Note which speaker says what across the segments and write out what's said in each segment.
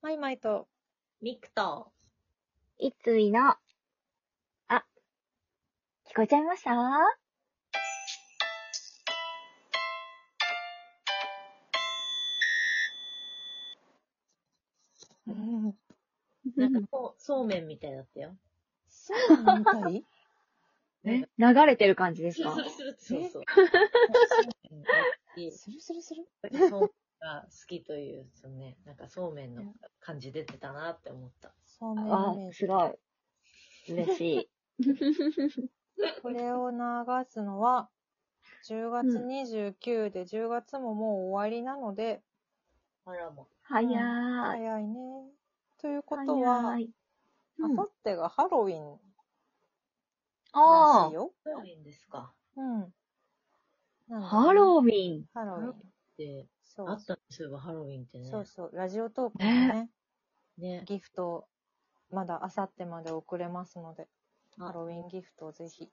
Speaker 1: マイマイと、
Speaker 2: ミクと、
Speaker 3: いついの、あ、聞こえちゃいました
Speaker 1: うん、
Speaker 2: なんかこう、そうめんみたいだったよ。
Speaker 1: そうなみ たい
Speaker 3: え流れてる感じですか
Speaker 2: するするそうそう。
Speaker 1: するするする
Speaker 2: そうめんが好きという、そのね、なんかそうめんの感じ出てたなって思った。
Speaker 1: そうめん
Speaker 3: あ
Speaker 1: 麺、。
Speaker 3: すごい。嬉しい。
Speaker 1: これを流すのは、10月29で、10月ももう終わりなので、
Speaker 2: あらも。
Speaker 3: 早い。
Speaker 1: 早いね。ということは
Speaker 3: 早、い。
Speaker 1: あ
Speaker 3: うん
Speaker 1: さってがハロウィンら
Speaker 3: あ
Speaker 1: しいよ。
Speaker 2: そうめんですか。
Speaker 1: うん。
Speaker 3: あ、
Speaker 1: ハ
Speaker 3: ハロウィン。
Speaker 1: ハロウィン。
Speaker 2: で、
Speaker 1: そ
Speaker 2: あ
Speaker 1: う
Speaker 2: っ。たんですよ、ハロウィンってね。
Speaker 1: そうそう。ラジオトークのね、
Speaker 2: ね。
Speaker 1: ギフト、まだあさってまで送れますので、
Speaker 2: あ
Speaker 1: ハロウィンギフトをぜひ。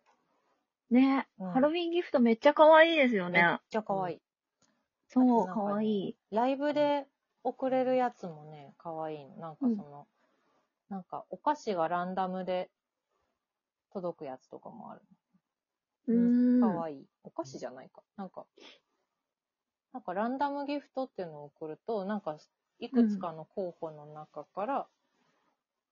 Speaker 3: ね、
Speaker 1: うん
Speaker 3: ハロウィンギフトめっちゃ可愛いですよ
Speaker 1: めっ
Speaker 3: ね。
Speaker 1: ちゃ可愛い。
Speaker 3: そう、
Speaker 1: なんかね
Speaker 3: 可愛い。
Speaker 1: ライブで送れるやつもね、可愛いの。なんかその、なんかお菓子がランダムで届くやつとかもある。可
Speaker 3: うーん。
Speaker 1: 愛いお菓子じゃないか。なんか、なんかランダムギフトっていうのを送ると、なんかいくつかの候補の中から、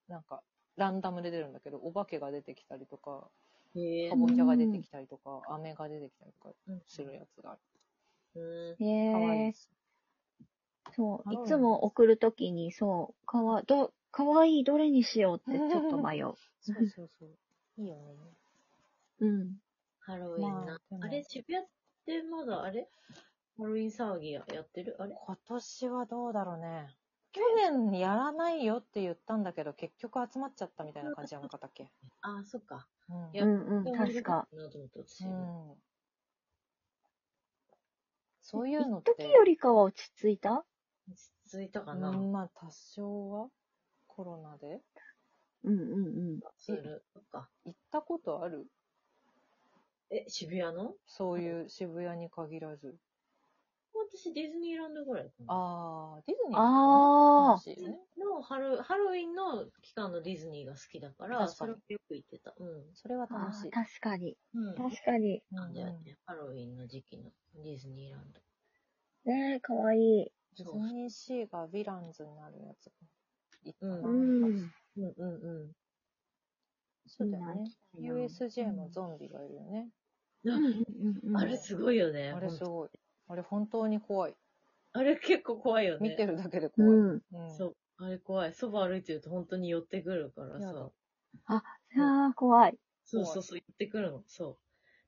Speaker 1: なんかランダムで出るんだけど、お化けが出てきたりとか、
Speaker 2: へえ
Speaker 1: かぼちゃが出てきたりとか、飴が出てきたりとか
Speaker 2: うん
Speaker 1: するやつがある。
Speaker 2: うん。
Speaker 1: 可愛い
Speaker 3: ねえ
Speaker 1: で、す。
Speaker 3: そう、
Speaker 1: ハ
Speaker 3: い
Speaker 1: ロウィン
Speaker 3: つも送るときに、そう、かわ、ど、可愛いどれにしようってちょっと迷 う。
Speaker 1: そうそうそう。いいよね。
Speaker 3: うん。
Speaker 2: ハロウィン
Speaker 1: ま
Speaker 2: な
Speaker 1: あで。も
Speaker 2: あれ、渋谷ってまだあれハロウィン騒ぎやってるあれ
Speaker 1: 今年はどうだろうね。去年やらないよって言ったんだけど、結局集まっちゃったみたいな感じじゃなかったっけ。
Speaker 2: あ、そっか。
Speaker 1: うん
Speaker 2: いや
Speaker 3: うんうん、確か。。
Speaker 2: なと思って私
Speaker 1: うん、そういうの
Speaker 3: 一
Speaker 1: って、
Speaker 3: 時よりかは落ち着いた
Speaker 2: 落ち着いたかな、
Speaker 1: うん、まあ多少はコロナで
Speaker 3: うんうん
Speaker 2: する。そっか。
Speaker 1: 行ったことある
Speaker 2: え、渋谷の
Speaker 1: そういう渋谷に限らず。
Speaker 2: 私、ディズニーランドぐらいかな。
Speaker 1: ああ、ディズ
Speaker 3: う
Speaker 1: ニ
Speaker 3: ん。
Speaker 1: ーあ
Speaker 3: ああ、
Speaker 2: のハロ、ハロウィンの期間のディズニーが好きだから、
Speaker 1: 確か
Speaker 2: そ
Speaker 1: に
Speaker 2: れをよく行ってた。う
Speaker 1: それは
Speaker 3: あ
Speaker 1: 楽しい
Speaker 3: ー。確かに。
Speaker 2: ん。うん。
Speaker 3: 確かに。
Speaker 1: う
Speaker 2: なんだよ
Speaker 1: ん
Speaker 2: ね。ハロウィンの時期のディズニーランド。
Speaker 3: ねえ、かわいい。
Speaker 1: ディズニーシーがヴィランズになるやつ。行ったな
Speaker 3: う。
Speaker 2: うんうんうんう
Speaker 1: そうだよね。
Speaker 3: いいな行きたい
Speaker 1: USJ
Speaker 3: な
Speaker 1: のゾンビがいるよね。
Speaker 2: ん。
Speaker 3: うんうんうん。
Speaker 2: あれすごいよね。
Speaker 1: あれす
Speaker 2: ほん
Speaker 1: ご
Speaker 2: と
Speaker 1: い。あれ本当に怖い。
Speaker 2: あれ結構怖いよね。
Speaker 1: 見てるだけで怖い。
Speaker 3: うん。
Speaker 1: うん
Speaker 2: そう。あれ怖い。そば歩いてると本当に寄ってくるから
Speaker 1: や
Speaker 2: さ
Speaker 1: だ。
Speaker 3: ああ、怖い。
Speaker 2: そうそうそう、寄ってくるの。そう。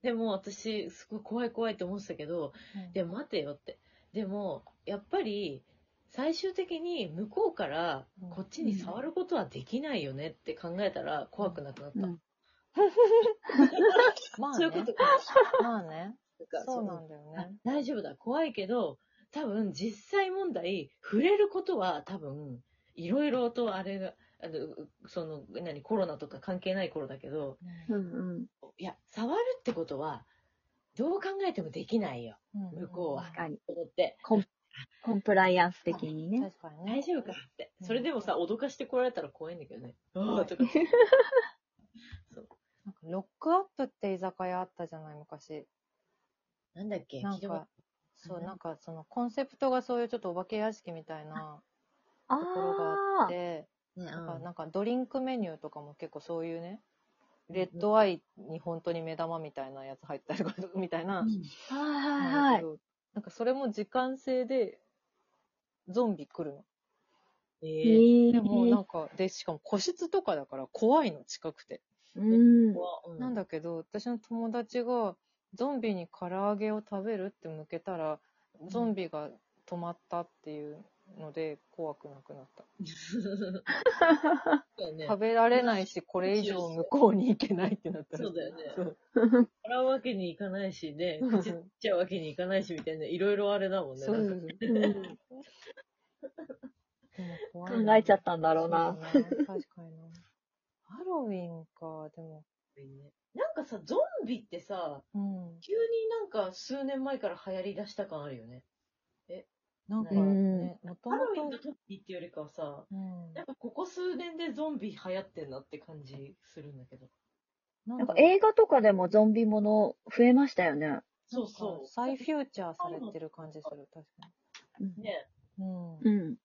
Speaker 2: でも私、すごい怖い怖いって思ってたけど、
Speaker 1: うん
Speaker 2: で、待てよって。でも、やっぱり、最終的に向こうから
Speaker 1: うん
Speaker 2: こっちに触ることはできないよねって考えたら怖くなくなった。
Speaker 3: うん
Speaker 1: まあ
Speaker 2: そうい
Speaker 1: ね
Speaker 2: うことか。
Speaker 1: まあね。
Speaker 2: なんか
Speaker 1: そうなんだよ
Speaker 2: あ
Speaker 1: ね。
Speaker 2: 大丈夫だ、怖いけど、多分実際問題、触れることは多分、いろいろとあれが、あの、その、何、コロナとか関係ない頃だけど、
Speaker 3: う
Speaker 1: うん
Speaker 3: んうん。
Speaker 2: いや、触るってことは、どう考えてもできないよ。向こうは
Speaker 3: 確かに。
Speaker 2: と思って。
Speaker 3: コンプライアンス的にね。
Speaker 1: 確かにね。
Speaker 2: 大丈夫かって。それでもさ、脅かしてこられたら怖いんだけどね。あ
Speaker 1: は
Speaker 2: あ、
Speaker 1: い
Speaker 2: とか。そう。
Speaker 1: なんかロックアップって居酒屋あったじゃない、昔。
Speaker 2: なんだっけ
Speaker 1: なん
Speaker 2: 聞いたこと
Speaker 1: か、そうう、
Speaker 2: ん
Speaker 1: なんかそのコンセプトがそういうちょっとお化け屋敷みたいな
Speaker 3: あ
Speaker 1: ところがあっ
Speaker 3: あー、
Speaker 1: て、
Speaker 2: ね
Speaker 1: だから
Speaker 2: あ
Speaker 1: なんかドリンクメニューとかも結構そういうね、
Speaker 2: うん
Speaker 1: レッドアイに本当に目玉みたいなやつ入ったりとか、みたいな。
Speaker 3: はい
Speaker 1: なんだけ
Speaker 3: はいはい。
Speaker 1: どなんかそれも時間制で、ゾンビ来るの。
Speaker 2: ええ。
Speaker 3: ええ
Speaker 1: でもなんか、で、しかも個室とかだから怖いの、近くて。
Speaker 3: うん。
Speaker 2: 怖う
Speaker 1: なんだけど、私の友達が、ゾンビに唐揚げを食べるって向けたら、ゾンビが止まったっていうので、怖くなくなった。
Speaker 2: そうだよね。
Speaker 1: 食べられないし、これ以上向こうに行けないってなったら。
Speaker 2: そうだよね
Speaker 1: そう
Speaker 2: 洗うわけにいかないしね、口つっちゃうわけにいかないしみたいな、いろいろあれだもんね。
Speaker 1: そう
Speaker 2: な
Speaker 1: そ
Speaker 2: ん
Speaker 1: う
Speaker 2: か
Speaker 1: そう。
Speaker 3: うん
Speaker 1: でも怖い
Speaker 3: 考
Speaker 1: な
Speaker 3: えちゃったんだろうな。
Speaker 1: そうだね確かにな。ハロウィンか、でも。
Speaker 2: なんかさ、ゾンビってさ、
Speaker 1: うん。
Speaker 2: 急になんか数年前から流行り出した感あるよね。え、
Speaker 1: なんか
Speaker 3: うん
Speaker 1: ね、もと
Speaker 2: ハ
Speaker 1: も
Speaker 2: ロウィンの
Speaker 1: と、
Speaker 2: 時っていうよりかはさ、
Speaker 1: うん
Speaker 2: やっぱここ数年でゾンビ流行ってんなって感じするんだけど。
Speaker 1: な
Speaker 3: なん
Speaker 1: だ
Speaker 3: か
Speaker 1: ろう
Speaker 3: 映画とかでもゾンビもの増えましたよね。
Speaker 2: そうそう。
Speaker 1: 再フューチャーされてる感じする、確か
Speaker 2: ね。
Speaker 1: に。うん。
Speaker 3: うん。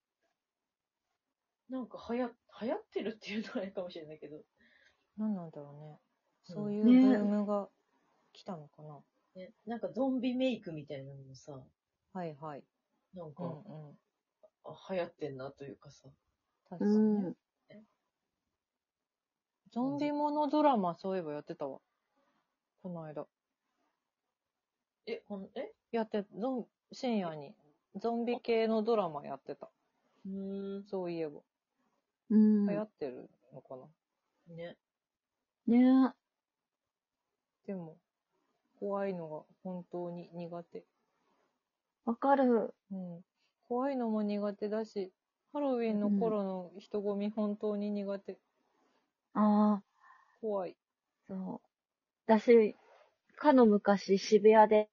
Speaker 2: なんか流行、流行ってるっていうのはあれかもしれないけど。
Speaker 1: なんなんだろうね。
Speaker 2: うん
Speaker 1: そういうブ
Speaker 3: ね
Speaker 1: ームが来たのかな。
Speaker 2: ね、なんかゾンビメイクみたいなのもさ、
Speaker 1: はいはい。
Speaker 2: なん
Speaker 1: う
Speaker 2: か、
Speaker 1: んうん。
Speaker 2: あ流行ってんなというかさ。
Speaker 1: 確か
Speaker 3: う
Speaker 1: に
Speaker 3: ん
Speaker 1: ね。。ゾンビものドラマ、そういえばやってたわ。この間。
Speaker 2: え、ほん、え
Speaker 1: やって、ゾン、深夜に、ゾンビ系のドラマやってた。
Speaker 2: うーん。
Speaker 1: そういえば。
Speaker 3: うん。
Speaker 1: 流行
Speaker 3: ね
Speaker 1: ってるのかな。
Speaker 2: ね。
Speaker 1: でも、怖いのが本当に苦手。
Speaker 3: わかる。
Speaker 1: うん。怖いのも苦手だし、ハロウィンの頃の人混み本当に苦手。
Speaker 3: ああ、
Speaker 1: 怖い。
Speaker 3: そう。私、かの昔渋谷で、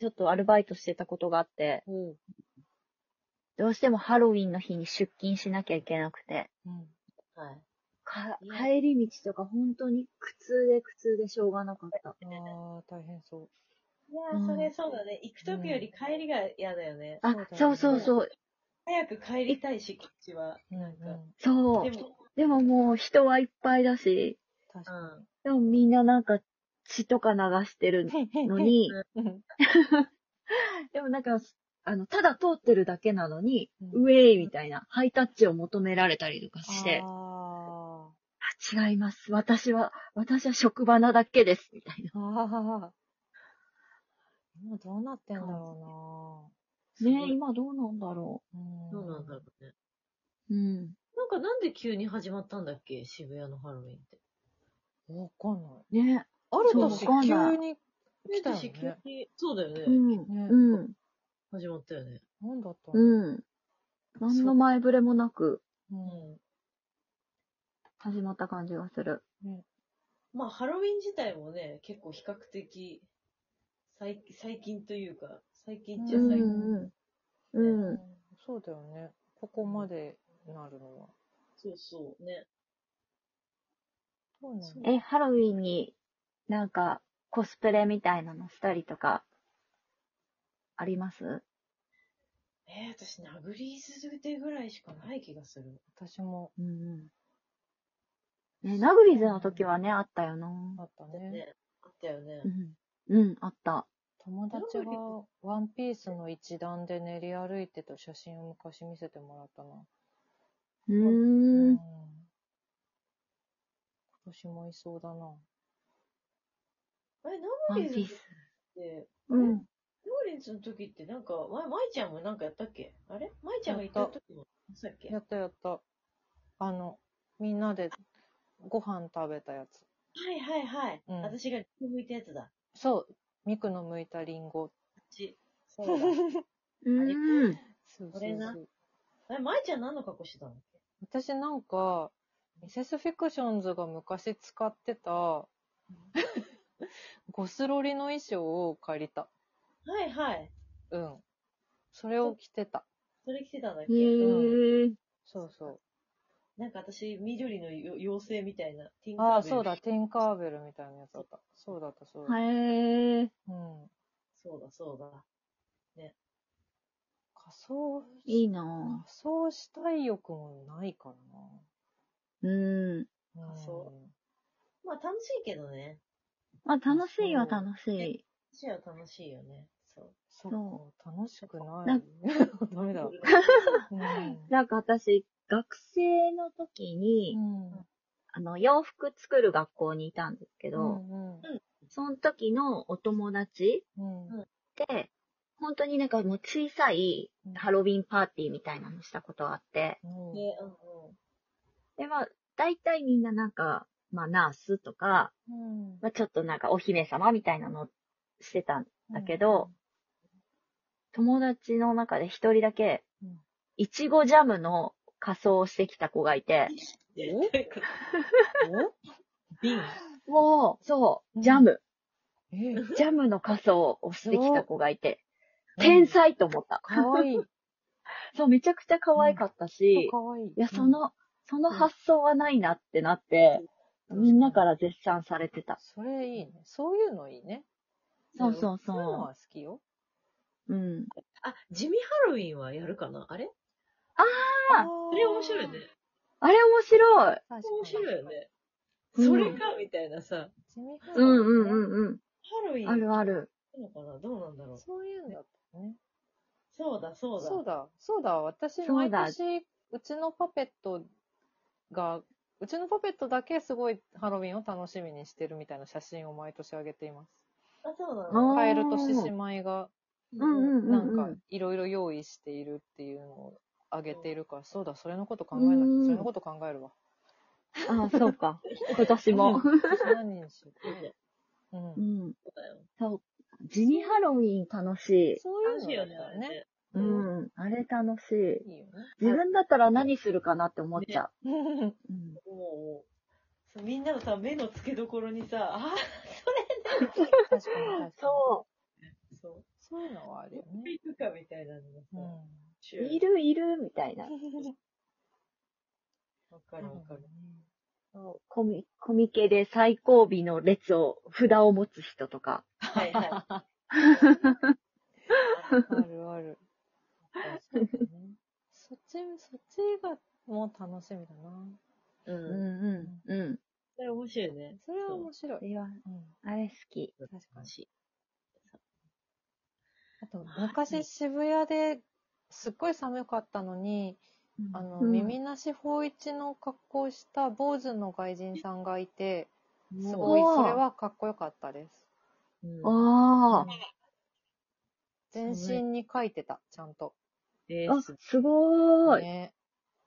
Speaker 3: ちょっとアルバイトしてたことがあって、
Speaker 1: おう。
Speaker 3: どうしてもハロウィンの日に出勤しなきゃいけなくて、
Speaker 1: うん。
Speaker 2: はい。
Speaker 3: か
Speaker 2: うん
Speaker 3: 帰り道とか本当に苦痛で苦痛でしょうがなかった。
Speaker 1: ああ、大変そう。
Speaker 2: いや
Speaker 3: う
Speaker 2: ー、
Speaker 3: ん
Speaker 2: それそうだね。行くときより帰りが嫌だよね。
Speaker 3: あ、
Speaker 1: そだ
Speaker 3: そうう
Speaker 1: よ
Speaker 3: そ
Speaker 1: ね
Speaker 3: うそう。
Speaker 2: 早く帰りたいし、こっちは。なんか。
Speaker 3: そ
Speaker 2: で
Speaker 3: う。でも
Speaker 2: も、
Speaker 3: もう人はいっぱいだし、
Speaker 1: 確
Speaker 2: う
Speaker 1: か
Speaker 2: ん。
Speaker 3: でもみんななんか血とか流してる
Speaker 1: に。
Speaker 3: のに、
Speaker 1: うん
Speaker 3: でもなんか、あの、ただ通ってるだけなのに、
Speaker 1: うん
Speaker 3: ウェイみたいな、ハイタッチを求められたりとかして、
Speaker 1: あ
Speaker 3: あ違います。私は、私は職場なだけです。みたい
Speaker 1: ーあー。今どうなってんだろ
Speaker 3: な。
Speaker 2: すご
Speaker 3: ね
Speaker 2: い
Speaker 3: 今どうなんだろ
Speaker 1: うなぁ。
Speaker 2: どうなんだろうね。
Speaker 3: う。うん。
Speaker 2: なんかなんで急に始まったんだっけ渋谷のハロウィンって。
Speaker 1: わかんない。
Speaker 3: ね
Speaker 1: ある
Speaker 3: そう
Speaker 1: 年
Speaker 3: わかんな
Speaker 1: 急
Speaker 3: い
Speaker 1: に来たよ
Speaker 2: 私急
Speaker 1: ね。
Speaker 2: に、そうだよね。
Speaker 3: うん。
Speaker 1: ね
Speaker 3: うん。
Speaker 2: 始まったよね。
Speaker 1: なんだったの
Speaker 3: うん。何の前触れもなく
Speaker 1: うん。
Speaker 3: 始まった感じがする。
Speaker 2: まあ、ハロウィン自体もね、結構比較的、最最近というか、最近っち
Speaker 3: う
Speaker 2: ゃ
Speaker 3: ん
Speaker 2: 最近。
Speaker 3: うん。うん。
Speaker 1: そうだよね。ここまでなるのは。
Speaker 2: そうそう、ね。
Speaker 1: そうなんだ
Speaker 2: そう
Speaker 3: え、ハロウィンになんかコスプレみたいなのしたりとか、あります
Speaker 2: えー、私、殴り捨てぐらいしかない気がする。
Speaker 1: 私も
Speaker 3: うんうん。ね、ラグビーズの時はね、あったよな。
Speaker 1: あったね。
Speaker 2: ね。あったよね
Speaker 3: う。ん。うん、あった。
Speaker 1: 友達
Speaker 2: ラ
Speaker 1: がワンピースの一段で練り歩いてた写真を昔見せてもらったな。
Speaker 3: うー
Speaker 1: うん
Speaker 3: ん。
Speaker 1: 今年もいそうだな。
Speaker 2: あれ、
Speaker 3: ワ
Speaker 2: 殴
Speaker 3: ン
Speaker 2: り
Speaker 3: ピー
Speaker 2: 捨て
Speaker 3: ス。
Speaker 2: って、あ
Speaker 3: う
Speaker 2: れ、
Speaker 3: ん。
Speaker 2: ヨーレンズの時ってなんか、ま、舞ちゃんもなんかやったっけあれ舞ちゃんがいた時も、そうだっけ
Speaker 1: や
Speaker 2: は
Speaker 1: ったやった。あの、みんなでご飯食べたやつ。
Speaker 2: いはいはい。
Speaker 1: うん
Speaker 2: 私が向いたやつだ。
Speaker 1: そう、ミクの剥いたリンゴ。
Speaker 2: ちそうだ。
Speaker 3: う
Speaker 2: あれ
Speaker 3: ーん。
Speaker 1: そう
Speaker 2: これなあれ、舞ちゃん何の格好してたの
Speaker 1: 私なんか、ミセスフィクションズが昔使ってた、ゴスロリの衣装を借りた。
Speaker 2: はいはい。
Speaker 1: うん。それを着てた。
Speaker 2: それ着てたんだっけ、
Speaker 3: へえ。
Speaker 1: そうそ
Speaker 2: なんか私、緑のよ妖精みたいな。ティン
Speaker 1: う。
Speaker 2: カーベル
Speaker 1: ああ、そうだ、。ティンカーベルみたいなやつだった。そうだった、そうだった。
Speaker 3: へえ。
Speaker 1: うん。
Speaker 2: そうだそうだ。
Speaker 1: 仮装、
Speaker 3: いいな
Speaker 1: 仮装したい欲もないか
Speaker 3: ぁ。うん。
Speaker 1: な。
Speaker 2: 仮装
Speaker 1: うん
Speaker 2: まあ楽しいけどね。
Speaker 3: まあ、楽しいは楽しい。
Speaker 2: シェア楽しいよね。そう。
Speaker 1: そっか、楽しくない。
Speaker 3: な
Speaker 1: ダメだ。うん
Speaker 3: なんか私、学生の時に、
Speaker 1: うん。
Speaker 3: あの、洋服作る学校にいたんですけ
Speaker 1: う
Speaker 3: ど、
Speaker 1: ん。うん
Speaker 3: その時のお友達
Speaker 1: うん。
Speaker 3: で、本当になんかもう小さい
Speaker 1: うん
Speaker 3: ハロウィンパーティーみたいなのしたことがあって、
Speaker 1: うん
Speaker 2: で、うんうん。
Speaker 3: で、まあ、大体みんななんか、まあ、ナースとか、
Speaker 1: うん
Speaker 3: まあ、ちょっとなんかお姫様みたいなのしてたんだけど、友達の中で一人だけ
Speaker 1: うん、
Speaker 3: いちごジャムの仮装をしてきた子がいて、
Speaker 1: お
Speaker 2: どういうこと
Speaker 1: お
Speaker 2: 瓶。
Speaker 3: もう、そうう、
Speaker 1: ん
Speaker 3: ジャム、
Speaker 1: え
Speaker 3: ジャムの仮装をしてきた子がいて、
Speaker 1: 天
Speaker 3: 天
Speaker 1: 才
Speaker 3: 才と思った。
Speaker 1: かわいい。
Speaker 3: そう、めちゃくちゃ可愛かったし、
Speaker 1: かわいい。
Speaker 3: いや、その、その発想はないなってなって、みんなから絶賛されてた。
Speaker 1: それいいね。そういうのいいね。
Speaker 3: そうそうそう
Speaker 1: そういうのは好きよ。
Speaker 3: うん。
Speaker 2: あ、地味ハロウィンはやるかなあれ
Speaker 3: あ
Speaker 2: あれ面白いね。。
Speaker 3: あれ面白い。
Speaker 1: 確かに
Speaker 2: 面白いよ。ね。
Speaker 3: うん
Speaker 2: それかみたいなさ、
Speaker 1: 地味派
Speaker 3: う
Speaker 1: だね
Speaker 3: んうんうんう
Speaker 2: ハロウィン
Speaker 3: ん。あるある。
Speaker 2: なのかなどうなんだろう。
Speaker 1: そういうんだったね。
Speaker 2: そうだ、そうだ。
Speaker 1: そうだ、そうだ、私、
Speaker 3: そう
Speaker 1: 毎
Speaker 3: だ
Speaker 1: 年、うちのパペットが、うちのパペットだけすごいハロウィンを楽しみにしてるみたいな写真を毎年上げています。
Speaker 2: あ、そうな
Speaker 3: あ
Speaker 2: の
Speaker 1: カエルと獅子舞が、
Speaker 3: うんうんうんう。
Speaker 1: なんんか、いろいろ用意しているっていうのを上げているから、そうだ、それのこと考えなき
Speaker 3: うん
Speaker 1: ゃ、それのこと考える わ。
Speaker 3: あ、そうか。今年も。
Speaker 1: 私何にしよう。う。
Speaker 3: うんん。
Speaker 2: そうだよ。
Speaker 3: そう。地味ハロウィン楽しい。
Speaker 1: そういう
Speaker 2: 楽
Speaker 1: の
Speaker 2: しい
Speaker 1: だ
Speaker 2: よ
Speaker 1: った
Speaker 2: ね、
Speaker 1: ら
Speaker 2: あれね。
Speaker 3: う。ん。あれ楽しい。
Speaker 1: いいよ
Speaker 3: 自分だったら何するかなって思っちゃ
Speaker 1: ね。
Speaker 3: う。
Speaker 2: もうそう、みんなのさ、目の付けどころにさ、あ
Speaker 1: 確かに、確かに。
Speaker 3: そ
Speaker 2: そう、
Speaker 1: そういうのはあるよね。
Speaker 2: 行くかみたいなのが
Speaker 1: う
Speaker 2: さ、
Speaker 1: ん。
Speaker 2: シュ
Speaker 3: う。
Speaker 2: ー
Speaker 3: いるいるみたいな。
Speaker 2: わかるわかる。
Speaker 3: そうコミ、コミケで最後尾の列を、札を持つ人とか。
Speaker 2: はいはい。
Speaker 1: あるある。そうだねそっち、そっちがもう楽しみだな。
Speaker 2: う。
Speaker 3: うんんうん。うん。
Speaker 2: それ面白いね。
Speaker 1: それは面白い
Speaker 3: あ。れは、
Speaker 1: うん、
Speaker 3: あれ好き。
Speaker 1: 確かに。
Speaker 2: しい。
Speaker 1: あと、
Speaker 2: は
Speaker 1: 昔
Speaker 2: い
Speaker 1: 渋谷ですっごい寒かったのに、あの、
Speaker 3: うん
Speaker 1: 耳なし法一の格好した坊主の外人さんがいて、す
Speaker 2: も
Speaker 1: ごい、
Speaker 3: おー
Speaker 1: それはかっこよかったです。
Speaker 2: う、うん
Speaker 3: あ
Speaker 1: うん
Speaker 3: あ。
Speaker 1: 全身に書いてた、ちゃんと。
Speaker 2: えー
Speaker 3: あ、すごーい。
Speaker 1: ね、